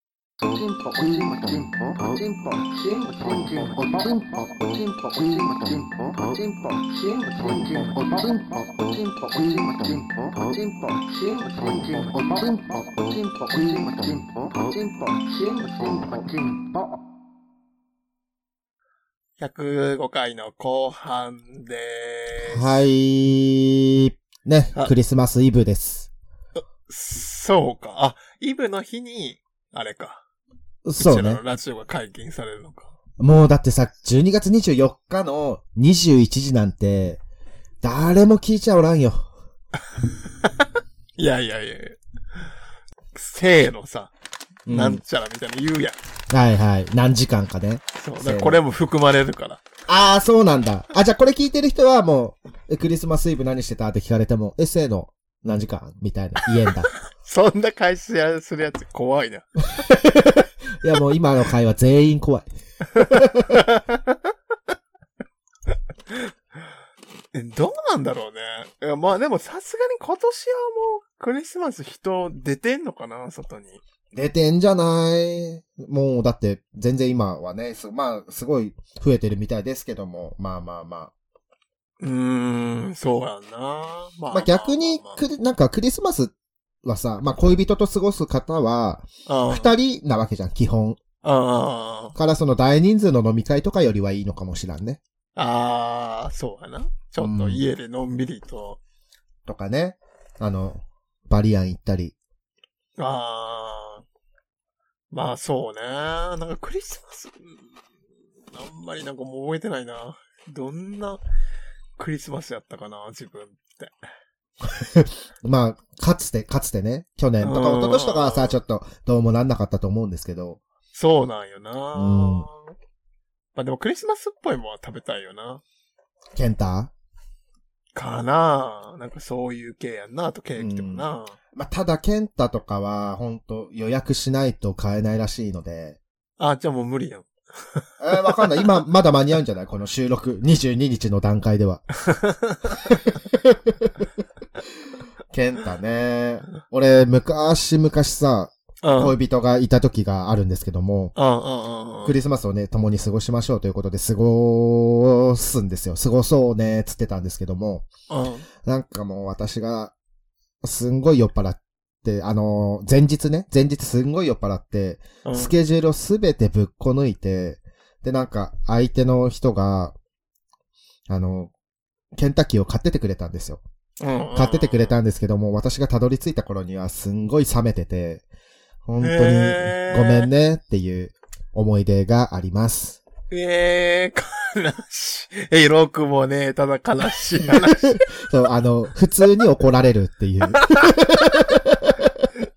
チンポおチンポチンポおチンポチンポチンポチンポおチンポチンポチンポおチンポチンポチンポチンポおチンポチンポチンポチンポチンポチンポチンポチンポチンポチンポチンポチンポチンポ105回の後半でーす。はい。ねあ、クリスマスイブです。そうか。あ、イブの日に、あれか。そうちらねの。ラジオが解禁されるのか。もうだってさ、12月24日の21時なんて、誰も聞いちゃおらんよ。いやいやいやいや。せーのさ、うんなんちゃらみたいな言うやん。はいはい。何時間かね。そう。だからこれも含まれるから。ああ、そうなんだ。あ、じゃあこれ聞いてる人はもう、えクリスマスイブ何してたって聞かれても、え、せーの、何時間みたいな。言えん だ。そんな開始やするやつ怖いな。いやもう今の会話全員怖い。えどうなんだろうね。いやまあでもさすがに今年はもうクリスマス人出てんのかな、外に。出てんじゃないもうだって、全然今はね、すまあ、すごい増えてるみたいですけども、まあまあまあ。うーん、そうやんな。まあまあ逆にまあまあクリ、なんかクリスマスはさ、まあ恋人と過ごす方は、まあ二人なわけじゃん、基本。あーからその大人数の飲み会とかよりはいいのかもしらんね。あー、そうやな。ちょっと家でのんびりと。とかね。あの、バリアン行ったり。ああ。まあそうね。なんかクリスマス、うんあんまりなんかもう覚えてないな。どんなクリスマスやったかな、自分って。まあ、かつて、かつてね、去年とかうん一昨年とかはさ、ちょっとどうもなんなかったと思うんですけど。そうなんよな。んまあでもクリスマスっぽいもんは食べたいよな。ケンタかななんかそういう系やんな。あとケーキでもな。まあ、ただケンタとかは、ほんと予約しないと買えないらしいので。あ、じゃあもう無理やん。えーわかんない。今、まだ間に合うんじゃないこの収録。22日の段階 では。ケンタね。俺、昔々さ、うん。うん恋人がいた時があるんですけども、うんうん。クリスマスをね、共に過ごしましょうということで、過ごすんですよ。過ごそうね、つってたんですけども、うん。なんかもう私が、すんごい酔っ払って、あのー前日ね、前日すんごい酔っ払って、うんスケジュールをすべてぶっこ抜いて、で、なんか、相手の人が、あの、ケンタッキーを買っててくれたんですよ。買っててくれたんですけども、私がたどり着いた頃にはすんごい冷めてて、本当にへーごめんねっていう思い出があります。ええー、悲しい。 え、ロクもね、ただ悲しい 話。そう、あの、普通に怒られるっていう。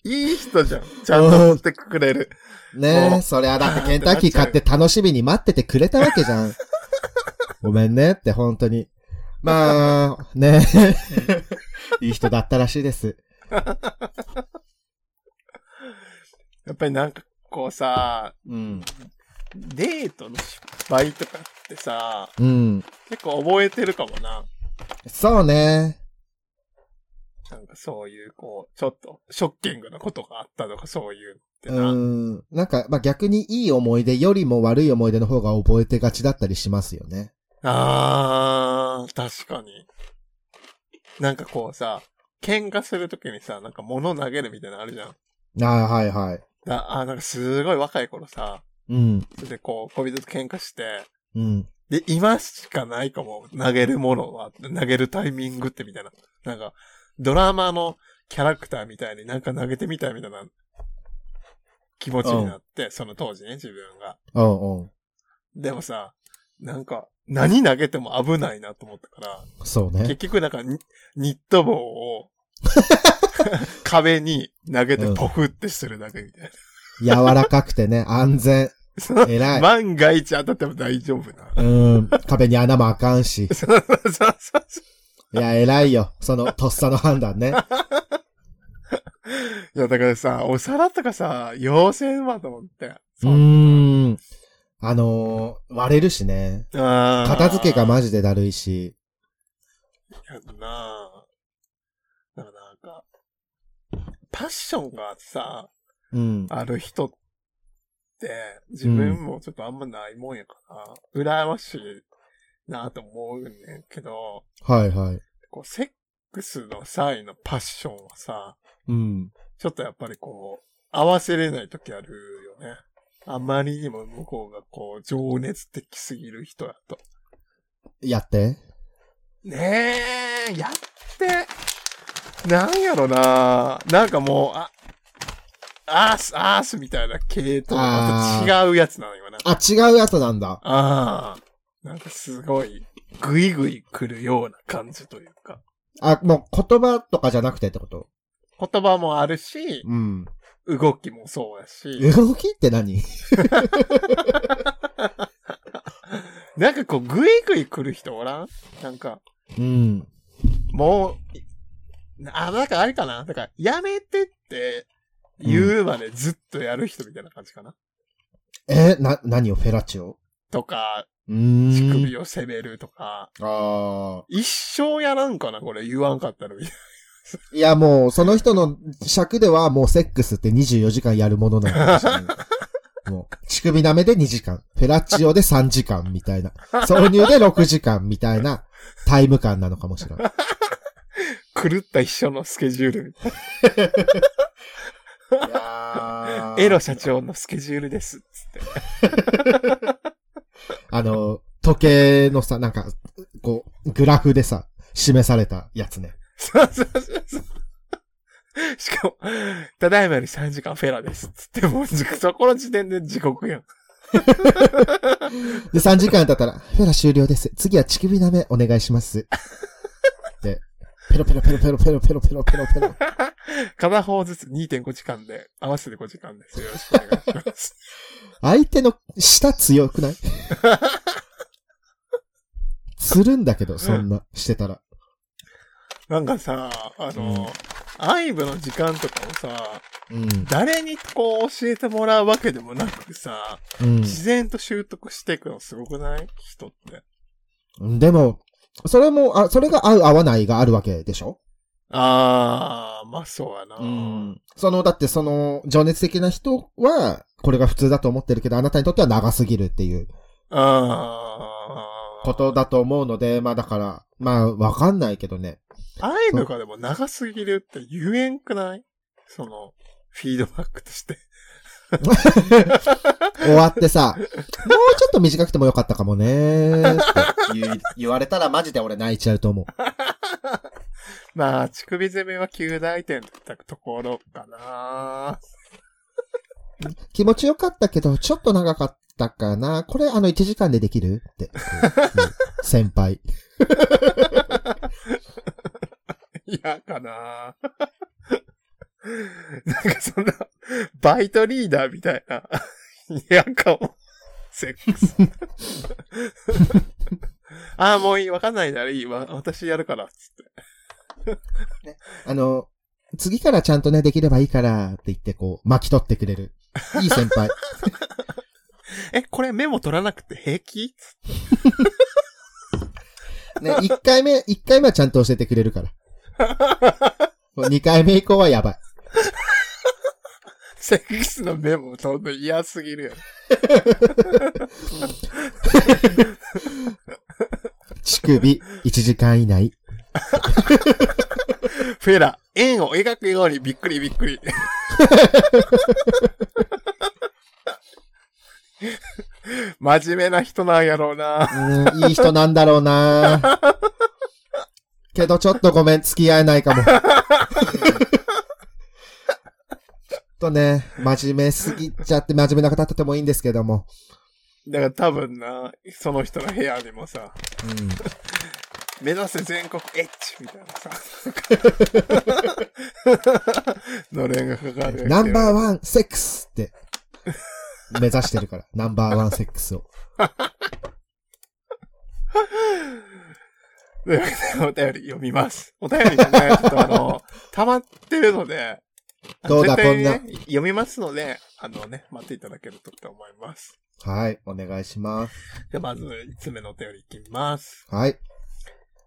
いい人じゃん。ちゃんと乗ってくれる。もねうえ、それはだ ってケンタッキー買って楽しみに待っててくれたわけじゃん。 ごめんねって本当に。ま あ、ねえ。いい人だったらしいです。やっぱりなんか、こうさ、うん。デートの失敗とかってさ、うん。結構覚えてるかもな。そうね。なんかそういう、こう、ちょっと、ショッキングなことがあったとか、そういうってな。うん。なんか、まあ逆にいい思い出よりも悪い思い出の方が覚えてがちだったりしますよね。あー、確かに。なんかこうさ、喧嘩するときにさ、なんか物投げるみたいなのあるじゃん。ああ、はいはい。だあー、なんかすごい若い頃さ、うん。それでこう、恋人と喧嘩して、うん。で、今しかないかも、投げるものは、投げるタイミングってみたいな。なんか、ドラマのキャラクターみたいになんか投げてみたいみたいな気持ちになって、その当時ね、自分が。おうおう。でもさ、なんか、何投げても危ないなと思ったから、そう結ね。局なんかニ、ニット帽 を壁に投げてポフってするだけみたい柔らかくてね、安 全。な。偉い。万が一当たっても大丈夫な。うん。壁に穴もあかんし。そうそうそうそう。いや、偉いよ。その、とっさの判断ね。いや、だからさ、お皿とかさ、妖精はと思って。うーん。あのー割れるしね。片片付けがまマジでだるいし。やんなだからなんか、パッションがさ、うん。ある人って、自分もちょっとあんまないもんやから、羨ましいなと思うねんけど、はいはい。こう、セックスの際のパッションはさ、うん。ちょっとやっぱりこう、合わせれない時あるよね。あまりにも向こうがこう、情熱的すぎる人やと。やって。ねえ、やって、なんやろななんかもう、あ、アース、アースみたいな系とはまた違うやつなのよな。あ、違うやつなんだ。ああ、なんかすごい、ぐいぐい来るような感じというか。あ、もう言葉とかじゃなくてってこと言葉もあるし、うん。動きもそうやし、動きって何なんかこう、ぐいぐい来る人おらんなんか、うん。もう、いあ、なんかあれかななんか、やめてって言うまでずっとやる人みたいな感じかな、え、な、何をフェラチオとか、うーん。乳首を責めるとか、ああ。一生やらんかなこれ言わんかったらみたいいやもう、その人の尺ではもうセックスって24時間やるものなのかもしれない。もう、乳首舐めで2時間、フェラチオで3時間みたいな、挿入で6時間みたいなタイム感なのかもしれない。な。 狂った一生のスケジュールみたいな。エロ社長のスケジュールです。つって。あの、時計のさ、なんか、こう、グラフでさ、示されたやつね。そうそうそうそう。しかも、ただいまより3時間フェラです。つって、もうじ、そこの時点で地獄やん。で、3時間経ったら、フェラ終了です。次は乳首舐めお願いします。で、ペロペロペロペロペロペロペロペロペロ。片方ずつ2.5時間で、合わせて5時間です。よろしくお願いします。相手の舌強くない するんだけど、そんな、してたら。なんかさ、あの、アイブの時間とかをさ、うん。誰にこう教えてもらうわけでもなくさ、自然と習得していくのすごくない人って。うん。でも、それも、あ、それが合う合わないがあるわけでしょあー、まあそうやな。その、だってその、情熱的な人は、これが普通だと思ってるけど、あなたにとっては長すぎるっていうあー。ことだと思うので、まあだから、まあわかんないけどね。アイドルがでも長すぎるって言えんくないその、フィードバックとして。 終わって さ、もうちょっと短くてもよかったかもねって言い言われたらマジで俺泣いちゃうと思う。まあ、乳首攻めは9大点だったところかな。気持ちよかったけど、ちょっと長かったかな。これ、あの、1時間でできるって。うん先輩。嫌かな。 なんかそんな、バイトリーダーみたいな、嫌かも。セックス。 ああ、もういい。わかんないならいい。わ私やるから。つって。あの、次からちゃんとね、できればいいからって言って、こう、巻き取ってくれる。いい先輩。え、これメモ取らなくて平気つってね、1回目、一回目はちゃんと教えてくれるから。2回目以降はやばい。セックスのメモ取るの嫌すぎるよ。乳首、1時間以内。フェラ、円を描くようにびっくりびっくり。 真面目な人なんやろうな。うん、いい人なんだろ うなけどちょっとごめん、付き合えないかも。ち ょっとね、真面目すぎちゃって、真面目な方とてもいいんですけども。だから多分な、その人の部屋にもさ、うん。目指せ全国エッチみたいなさ、 のれんがかかる。ナンバーーワン、セックスって、目指してるから、ナンバーワンセックスを。お便り読みます。お便りがね、ちょっとあ の、溜まってるので、どうだ絶対にねこ読みますので、あのね、待っていただけるとって思います。はい、お願いします。じゃあまず、5つ目のお便りいきます。はい。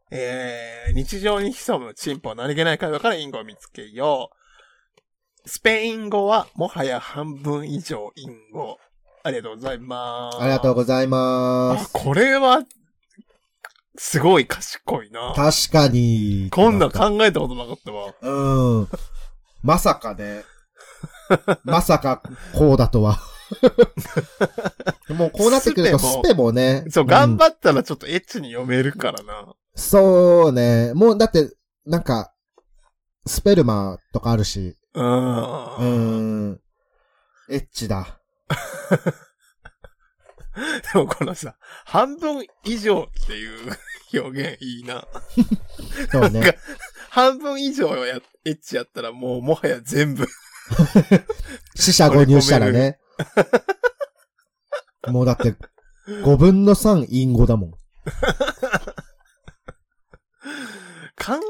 えー、日常に潜むチンポを何気ない会話から因果を見つけよう。スペイン語はもはや半分以上因果。ありがとうございます。ありがとうございまあ、これは、すごい賢いな。す。確かに。こんなん考えたことなかったわ。うん。まさか ね。まさか、こうだとは。もうこうなってくるとススペもね。そう、ん頑張ったらちょっとエッチに読めるからな。そうね。もうだって、なんか、スペルマとかあるし。ううん。ーん。エッチだ。でもこのさ、半分以上っていう表現いいな。そうね。半分以上や、エッチやったらもうもはや全部。死者誤入したらね。もうだって、5分の3インゴだもん。かん、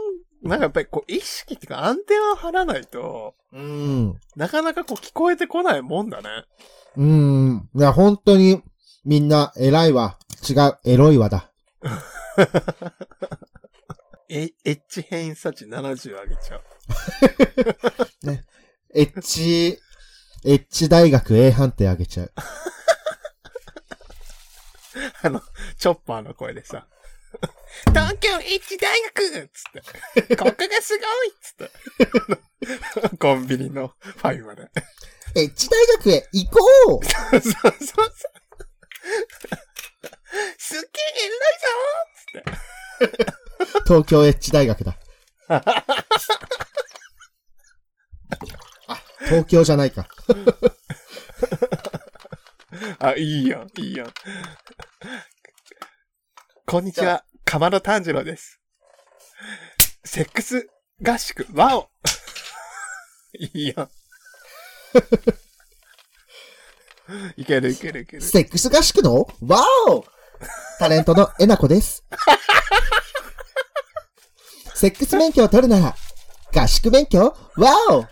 なんかやっぱりこう意識っていうかアンテナを張らないと、うん。なかなかこう聞こえてこないもんだね。うーん。いや、本当に、みんな、偉いわ。違う、エロいわだ。え、エッチ偏差値70上げちゃう。エッチ、エッチ大学 A 判定あげちゃう。あの、チョッパーの声でさ、東京エッチ大学っつって、ここがすごいっつって、コンビニのファイまで。エッチ大学へ行こうそうそうそう。すっげえエロいぞーっつって。東京エッチ大学だ。あ、東京じゃないか。あ、いいやん、いいやん。こんにちは、かまど炭治郎です。セックス合宿、ワオ いいやん。いけるいけるいける。セックス合宿のわおタレントのえなこです。セックス免許を取るなら、合宿免許わお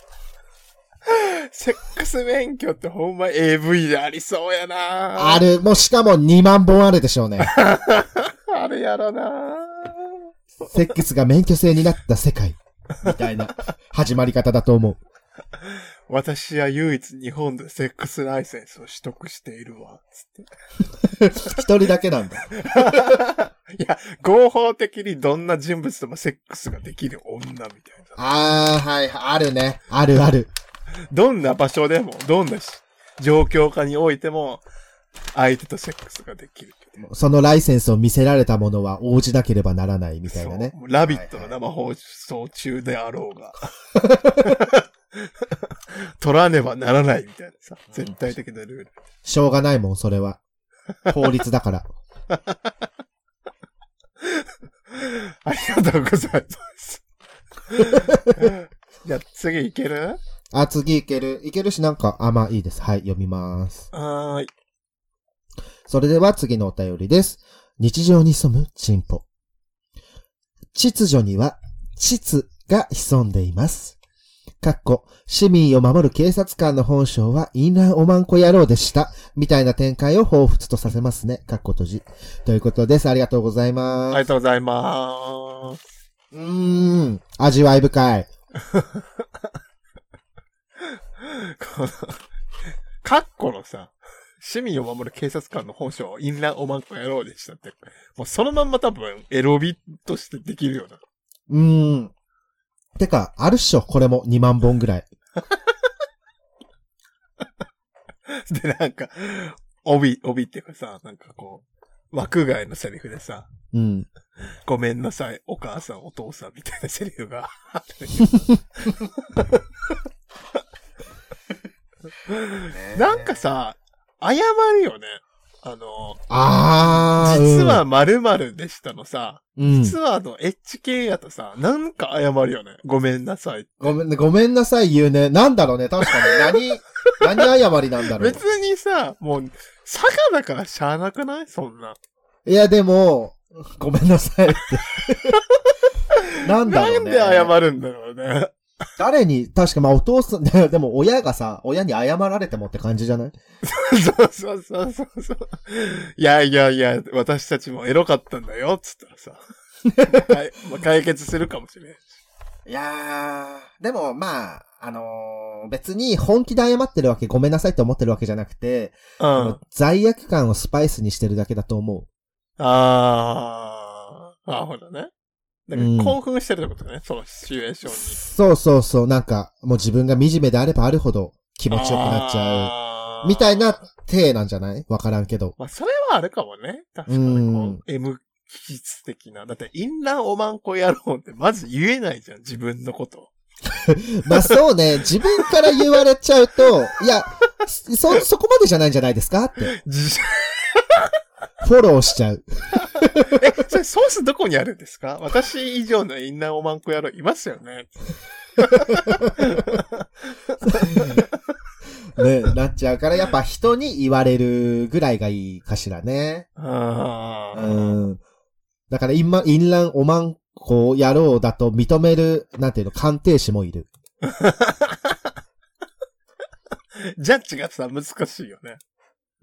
セックス免許ってほんま AV でありそうやなある、もうしかも2万本あるでしょうね。あれやろなセックスが免許制になった世界。みたいな始まり方だと思う。私は唯一日本でセックスライセンスを取得しているわ。つっ一人だけなんだ。て。いや、合法的にどんな人物ともセックスができる女みたいな。あー、はい、あるね。あるある。どんな場所でも、どんなし状況下においても、相手とセックスができる。そのライセンスを見せられたものは応じなければならないみたいなねそう。もうラビットの生放送中であろうが。 取らねばならないみたいなさ。絶対的なルール。しょうがないもん、それは。法律だから。ありがとうござい ます。 じゃあ次いけるあ、次いける。いけるし、なんか、あ、まあいいです。はい、読みます。はーい。それでは次のお便りです。日常に潜むチンポ。秩序には、秩が潜んでいます。かっこ、市民を守る警察官の本性は、インランおまんこ野郎でした。みたいな展開を彷彿とさせますね。かっこ閉じ。ということです。ありがとうございあまりがす。とうございます。うーん、味わい深い。この、カッコのさ、市民を守る警察官の本性をインランおまんこ野郎でしたって。もうそのまんま多分、エロビとしてできるような。うーん。てか、あるっしょ、これも2万本ぐらい。で、なんか、帯、帯っていうかさ、なんかこう、枠外のセリフでさ、うん。ごめんなさい、お母さん、お父さんみたいなセリフがある。なんかさ、謝るよね。あの、あー。うん実は、〇〇でしたのさ、うん、実はあの、エッチ系やとさ、なんか謝るよね。ごめんなさい。ごめん、ごめんなさい言うね。なんだろうね、確かに。 何、何謝りなんだろう別。にさ、もう、坂だからしゃあなくないそんな。いや、でも、ごめんなさいって。なんだろなうんね。で謝るんだろうね。 誰に、確かまあお父さん、 でも親がさ、親に謝られてもって感じじゃないそうそうそうそうそう。いやいやいや、私たちもエロかったんだよ、つったらさ。 かいまあ解決するかもしれん。いやー、でもまあ、あのーの、別に本気で謝ってるわけ、ごめんなさいって思ってるわけじゃなくて、うあん。の罪悪感をスパイスにしてるだけだと思う。あー、なるほどね。だからうん興奮してるってことね、そのシチュエーションに。そうそうそう、なんか、もう自分が惨めであればあるほど気気持ちよくなっちゃゃう。みたいな。体なんじゃないわからんけど。まあ、それはあるかもね。確かにこう、M 気質的な。だって、インランおまんこ野郎ってまず言えないじゃん、自分のこと。まあそうね、自分から言われちゃうと、いや、そ、そこまでじゃないんじゃないですかって、自フォローしちゃう。え、 それソースどこにあるんですか私以上のインランおまんこ野郎いますよね。ね、なっちゃうから、やっぱ人に言われるぐらいがいいかしらね。ああ、うん。だから、インマ、インランおまんこ野郎だと認める、なんていうの、鑑定士もいる。ジャッジがさ、難しいよね。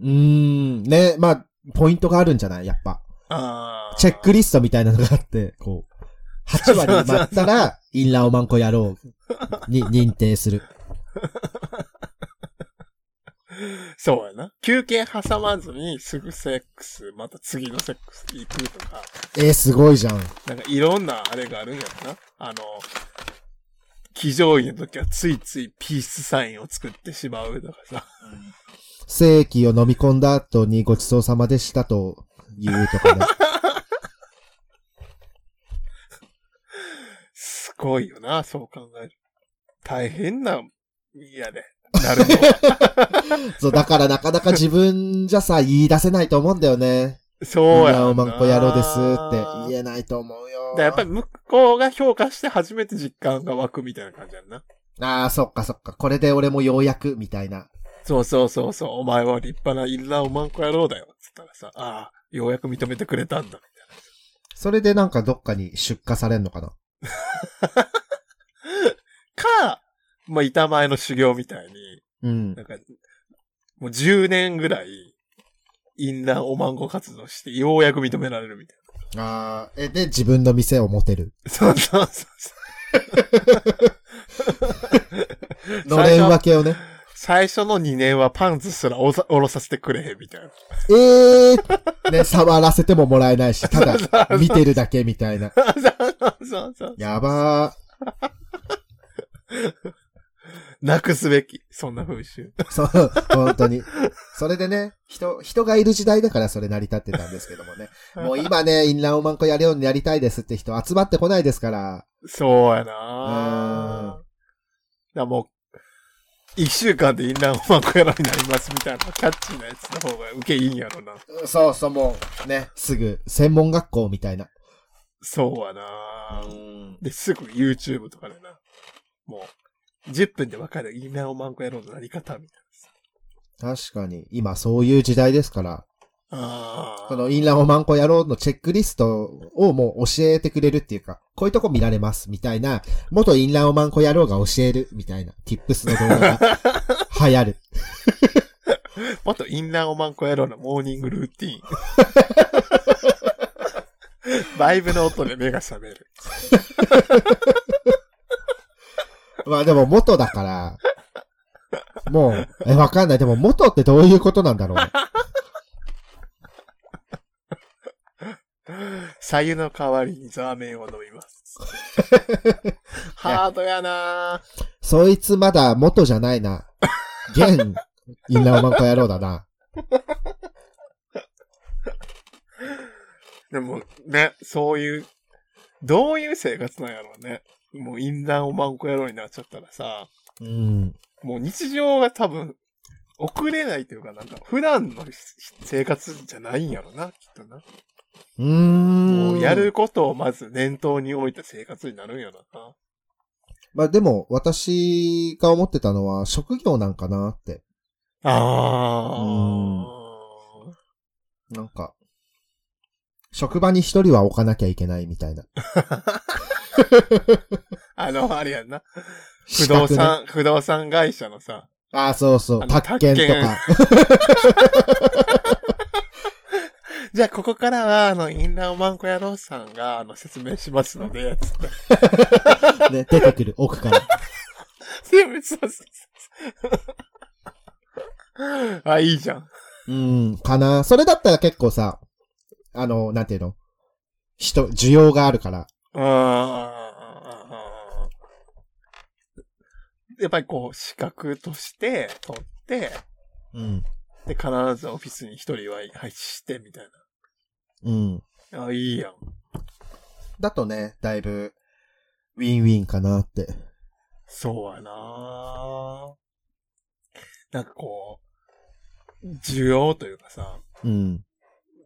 うーん、ね、まあ、ポイントがあるんじゃないやっぱ。ああ。チェックリストみたいなのがあって、こう、8割埋まっ たら、インランおまんこ野郎に認定する。そうやな。休憩挟まずに、すぐセックス、また次のセックス行くとか、えー、すごいじゃん。なんかいろんなあれがあるんやろな。あの、騎乗位の時はついついピースサインを作ってしまうとかさ。正規を飲み込んだ後にごちそうさまでしたと言うと かね。すごいよな、そう考える。大変な、いやね。なるほ ど。そう、だからなかなか自分じゃさ、言い出せないと思うんだよね。そうやいな。おまんこ野郎ですっていや。言えないと思うよ。やっぱり向こうが評価して初めて実感が湧くみたいな感じやんな。ああ、そっかそっか。これで俺もようやく、みたいな。そうそうそうそう、お前は立派なインランおまんこ野郎だよ。つったらさ、ああ、ようやく認めてくれたんだ、みそれでなんかどっかに出荷されんのかな。たいな。か、まあ、板前の修行みたいに、うんな。んか、もう10年ぐらい、インランおまんこ活動して、ようやく認められるみたいああ、え、で、自分の店を持てる。な。そうそうそうそう。のれん分けをね。最初の2年はパンツすらおさおろさせてくれへんみたいな。ええー、ね、触らせてももらえないし、ただ見てるだけみたいな。そうそうそう。やばー。なくすべき。そんな風習。そう、本当に。それでね、人、人がいる時代だからそれ成り立ってたんですけどもね。もう今ね、インランおまんこやるようになりたいですって人集まってこないですから。そうやなうんだからもう、一週間でインランおまんこやろになりますみたいな、キャッチーなやつの方が受けいいんやろな。そうそう、もう、ね、すぐ、専門学校みたいな。そうやなで、すぐ YouTube とかでな。もう、10分でわかるインランおまんこやろのなり方みたいなさ。確かに、今そういう時代ですから、あこーのインランおまんこやろうのチェックリストをもう教えてくれるっていうか、こういうとこ見られますみたいな、元インランおまんこやろうが教えるみたいな、tips の動画が流行る。 もっとインランおまんこやろのモーニングルーティー ン。バイブの音で目が覚める。まあでも元だから、もう、え、わかんない。でも元ってどういうことなんだろうね。左右の代わりにザーメンを飲み ます。ハードやなぁそいつまだ元じゃないな。現、インランおまんこ野郎だな。でもね、そういう、どういう生活なんやろうね。もうインランおまんこ野郎になっちゃったらさ、うん。もう日常が多分、遅れないというかなんか、普段の生活じゃないんやろな、きっとな。うーん。もうやることをまず念頭に置いた生活になるんやろな。まあでも、私が思ってたのは、職業なんかなって。あなんか、職場に一人は置かなきゃいけないみたいな。あの、あれやんな。 不資動格ね。産、不動産会社のさ、ああ、そうそあのう。宅建とか。じゃあここからは、あの、インランおまんこ野郎さんが、あの、説明しますので、つって。 ね、出てくる、奥から。そうそうそう あ、いいじゃん。うん、かな。それだったら結構さ、あの、なんていうの人、需要があるから。あーやっぱりこう、資格として取って、うん。で、必ずオフィスに一人は配置して、みたいうん。な。あ、いいやん。だとね、だいぶ、ウィンウィンかなって。そうやななんかこう、需要というかさ、うん。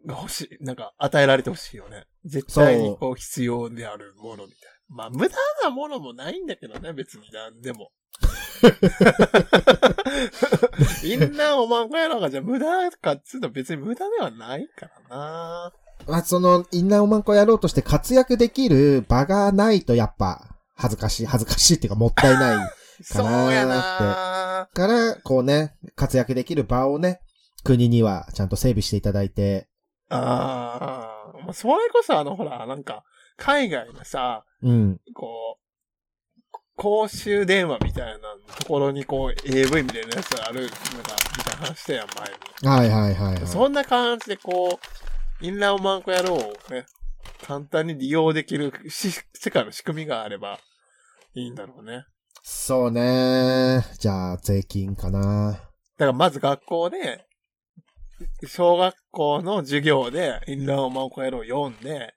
が欲しい。なんか、与えられてほしいよね。絶対にこう、必要であるものみたいな。まあ、無駄なものもないんだけどね、別になんで も。みんなおまんこやろがじゃ無駄かっつうと別に無駄ではないからなまあ、その、インナーおまんこやろうとして活躍できる場がないとやっぱ、恥ずかしい、恥ずかしいっていうかもったいない。かそなーってうやなから、こうね、活躍できる場をね、国にはちゃんと整備していただいて、ああ。まあそれこそあの、ほら、なんか、海外のさ、うん。こう、公衆電話みたいなところにこう AV みたいなやつあるのか、みたいな話したやん、前に。はいはいはい、はい。そんな感じでこう、インランマンコ野郎をね、簡単に利用できるし世界の仕組みがあればいいんだろうね。そうね。じゃあ、税金かな。だからまず学校で、小学校の授業でインランマンコ野郎を読んで、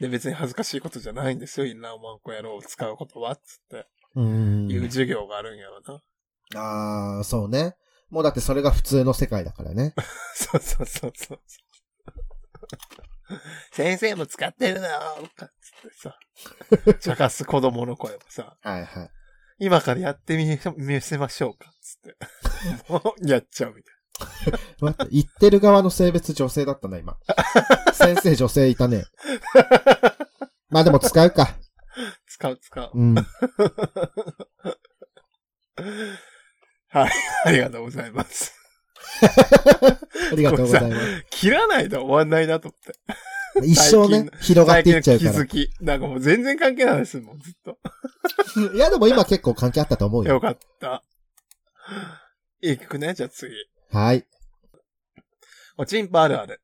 で別に恥ずかしいことじゃないんですよ、インランマンコ野郎を使うことは、つってうんいう授業があるんやろうな。ああ、そうね。もうだってそれが普通の世界だからね。 そうそうそうそう。先生も使ってるなぁ、とかっつってさ、茶化す子供の声もさ、はいはい。今からやってみ、見せましょうか、つって。もう、やっちゃうみたい待って言ってる側の性別女性だったな、 今。先生女性いたね。まあでも使うか。な。使う、使う。うん。はい、ありがとうございます。ありがとうござい ます。切らないと終わんないなと思って。一生ね、広がっていっちゃう最か近の気づき。なんかもう全然関係ないですもん、ずっと。ら。いやでも今結構関係あったと思うよ。よかった。いくね、じゃあ次。はい。おちんぽあるある。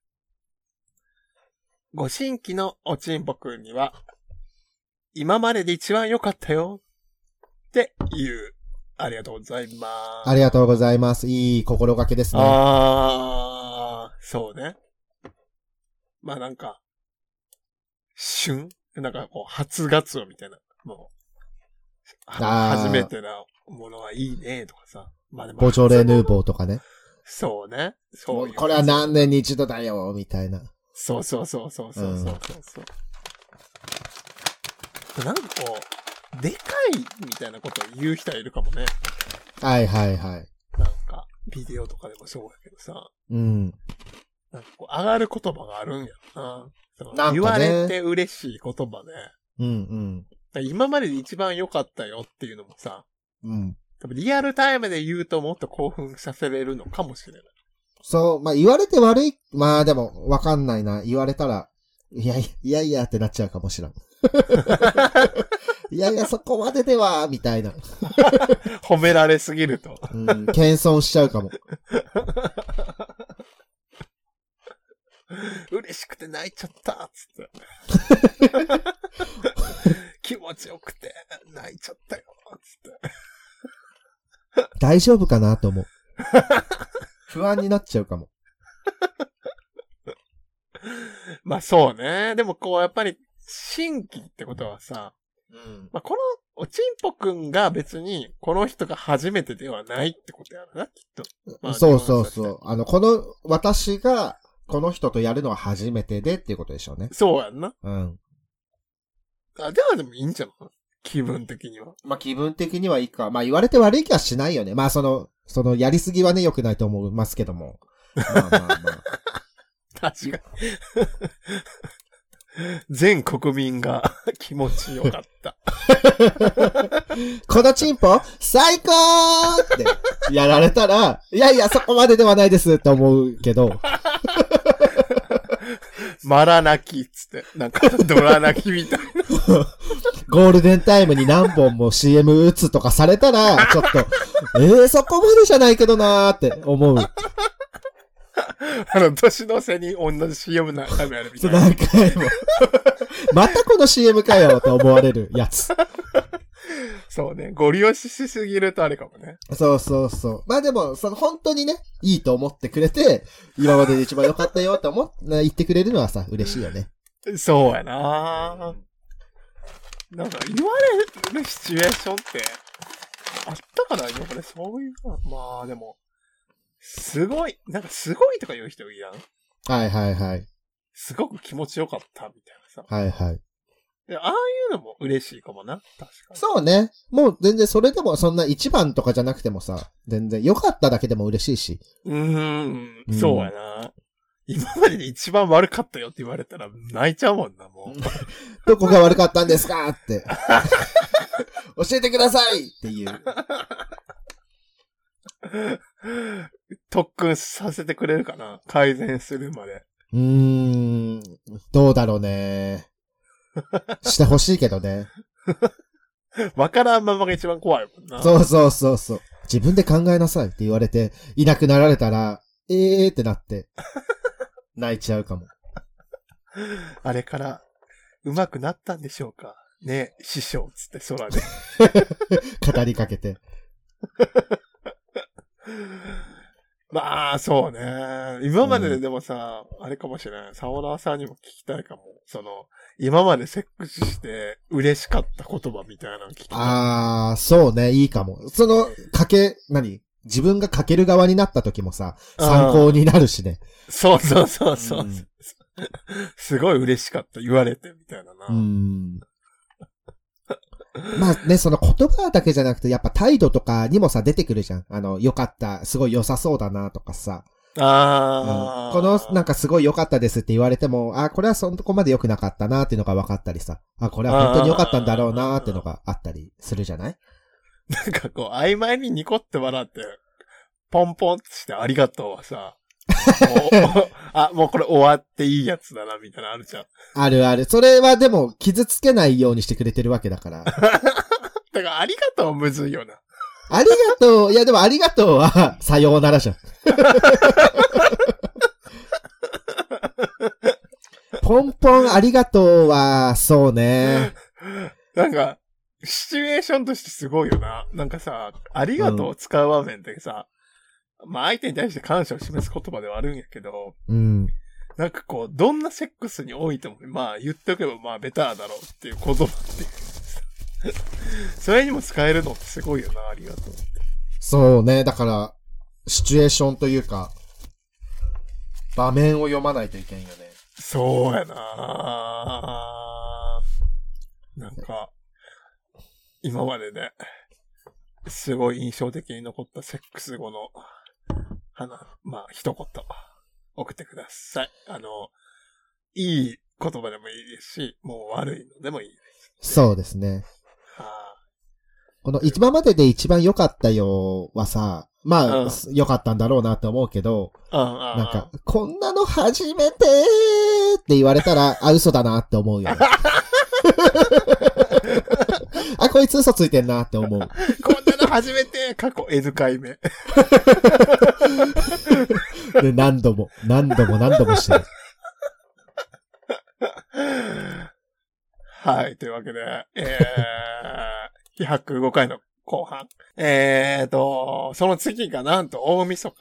ご新規のおちんぽくんには、今までで一番良かったよ。っていう。ありがとうございます。ありがとうございます。いい心がけですね。ああ、そうね。まあなんか、旬なんかこう、初ガツオみたいな、もう、はあー初めてなものはいいねとかさ。まあでもボジョレ・ヌー初ボーとかね。そうね。もそうういう。これは何年に一度だよ、みたいな。そうそうそうそうそうそうそう。なんかこう、でかいみたいなこと言う人はいるかもね。はいはいはい。なんか、ビデオとかでもそうだけどさ。うん。なんかこう上がる言葉があるんやろな。そのなんかね言われて嬉しい言葉ね。うんうん。だから今までで一番良かったよっていうのもさ、うん。多分リアルタイムで言うともっと興奮させれるのかもしれない。そう、まあ言われて悪い。まあでも、わかんないな。言われたら、いやいや、いやいやってなっちゃうかも しらん。いやいや、そこまででは、みたいな。褒められすぎると。うん、謙遜しちゃうかも。嬉しくて泣いちゃったっつって。 気持ちよくて泣いちゃったよっつって。大丈夫かなと 思う。不安になっちゃうかも。まあそうね。でもこうやっぱり新規ってことはさ、うん。まあこのおちんぽくんが別にこの人が初めてではないってことやろな、きっと。まあそうそうそ自分う。あの、この、私が、この人とやるのは初めてでっていうことでしょうね。そうやんな。うん。あ、ではでもいいんじゃない気分的には。まあ、気分的にはいいか。まあ、言われて悪い気はしないよね。まあ、その、その、やりすぎはね、良くないと思いますけども。まあまあ まあ。確かに。全国民が 気持ちよかった。このチンポ、最高って、やられたら、いやいや、そこまでではないですって思うけど、マラ泣きっつって、なんか、 ドラ泣きみたいな。ゴールデンタイムに何本も CM 打つとかされたら、ちょっと、えー、そこまでじゃないけどなーって思う。あの、年の瀬に同じ CM 何回もやるみたいな。何回 も。またこの CM かよって思われるやつ。そうね。ご利用ししすぎるとあれかもね。そうそうそう。まあでも、その本当にね、いいと思ってくれて、今までで一番良かったよって思っ、言ってくれるのはさ、嬉しいよね。そうやななんか言われるシチュエーションって、あったかな今これそういうのまあでも、すごい、なんかすごいとか言う人いらんはいはいはい。すごく気持ちよかったみたいなさ。はいはい。でああいうのも嬉しいかもな。確かに。そうね。もう全然それでもそんな一番とかじゃなくてもさ、全然良かっただけでも嬉しいし。うーうんん、そうやな。今までで一番悪かったよって言われたら泣いちゃうもんな、もう。どこが悪かったんですかって。教えてくださいっていう。特訓させてくれるかな改善するまで。 うーん、どうだろうね。してほしいけどね。わからんままが一番怖いもんな。そうそうそうそう。自分で考えなさいって言われて、いなくなられたら、えーって なって、泣いちゃうかも。あれから、上手くなったんでしょうかね師匠っつって空で。 語りかけて。まあ、そうね。今までででもさ、あれかもしれない。沢田さんにも聞きたいかも。その、今までセックスして嬉しかった言葉みたいなの聞きたい。あー、そうね、いいかも。その、かけ、何自分がかける側になった時もさ、参考になるしね。そうそうそうそう。うんすごい嬉しかった。言われてみたいなな。うーん。まあね、その言葉だけじゃなくて、やっぱ態度とかにもさ、出てくるじゃん。あの、良かった、すごい良さそうだなとかさ。ああ、この、なんか、かすごい良かったですって言われても、あ、これはそのとこまで良くなかったなっていうのが分かったりさ、あ、これは本当に良かったんだろうなっていうのがあったりするじゃないなんかこう、曖昧にニコって笑って、ポンポンってしてありがとうは さ、もうあ、もうこれ終わっていいやつだな、みたいなのあるじゃん。あるある。それはでも、傷つけないようにしてくれてるわけだ から。だから、ありがとうむずいよな。ありがとう、いやでもありがとう は、さようならじゃん。ポンポンありがとうは、そうね。なんか、シチュエーションとしてすごいよな。なんかさ、ありがとうを使う場面ってさ、まあ相手に対して感謝を示す言葉ではあるんやけど、うん。なんかこう、どんなセックスにおいても、まあ言っておけばまあベターだろうっていう言葉っていう。 それにも使えるのってすごいよな、ありがとう。そうね。だから、シチュエーションというか、場面を読まないといけんよね。そうやななんか、今までで、すごい印象的に残ったセックス後の、花、まあ、一言、送ってください。あの、いい言葉でもいいですし、もう悪いのでもいいです。そうですね。はこの、今までで一番良かったよはさ、まうん、あ良かったんだろうなって思うけど、あ、ああ、なんか、こんなの初めてーって言われ たら、あ、嘘だなって思うよね。あ、こいつ嘘ついてんなって思う。こんなの初めて、 過去 N 回目。 で、何度も、何度も何度もしてる。はい、というわけで、 えー、105回の後半。えーと、その次がなんと大晦日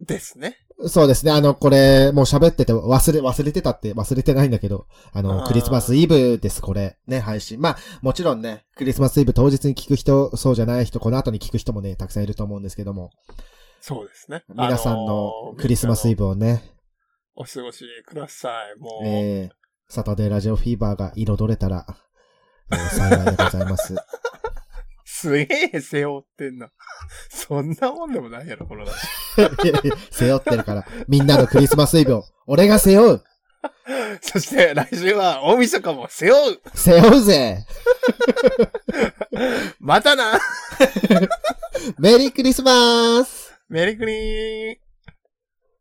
ですね。そうですね。あの、これ、もう喋ってて忘れ、忘れてたって忘れてないんだけど、あの、あークリスマスイブです、これ。ね、配信。まあ、もちろんね、クリスマスイブ当日に聞く人、そうじゃない人、この後に聞く人もね、たくさんいると思うんですけども、そうですね。皆さんあのークリスマスイ。ブをね、お過ごしください。もう、えー、サタデーラジオフィーバーが彩れたら、えー幸いでござ います。すげえ背負ってんな。 そんなもんでもないやろ、この話。 背負ってるから、みんなのクリスマスイブを、俺が背負うそして来週は大晦日も背負う背負うぜまたな メリークリスマスメリークリーン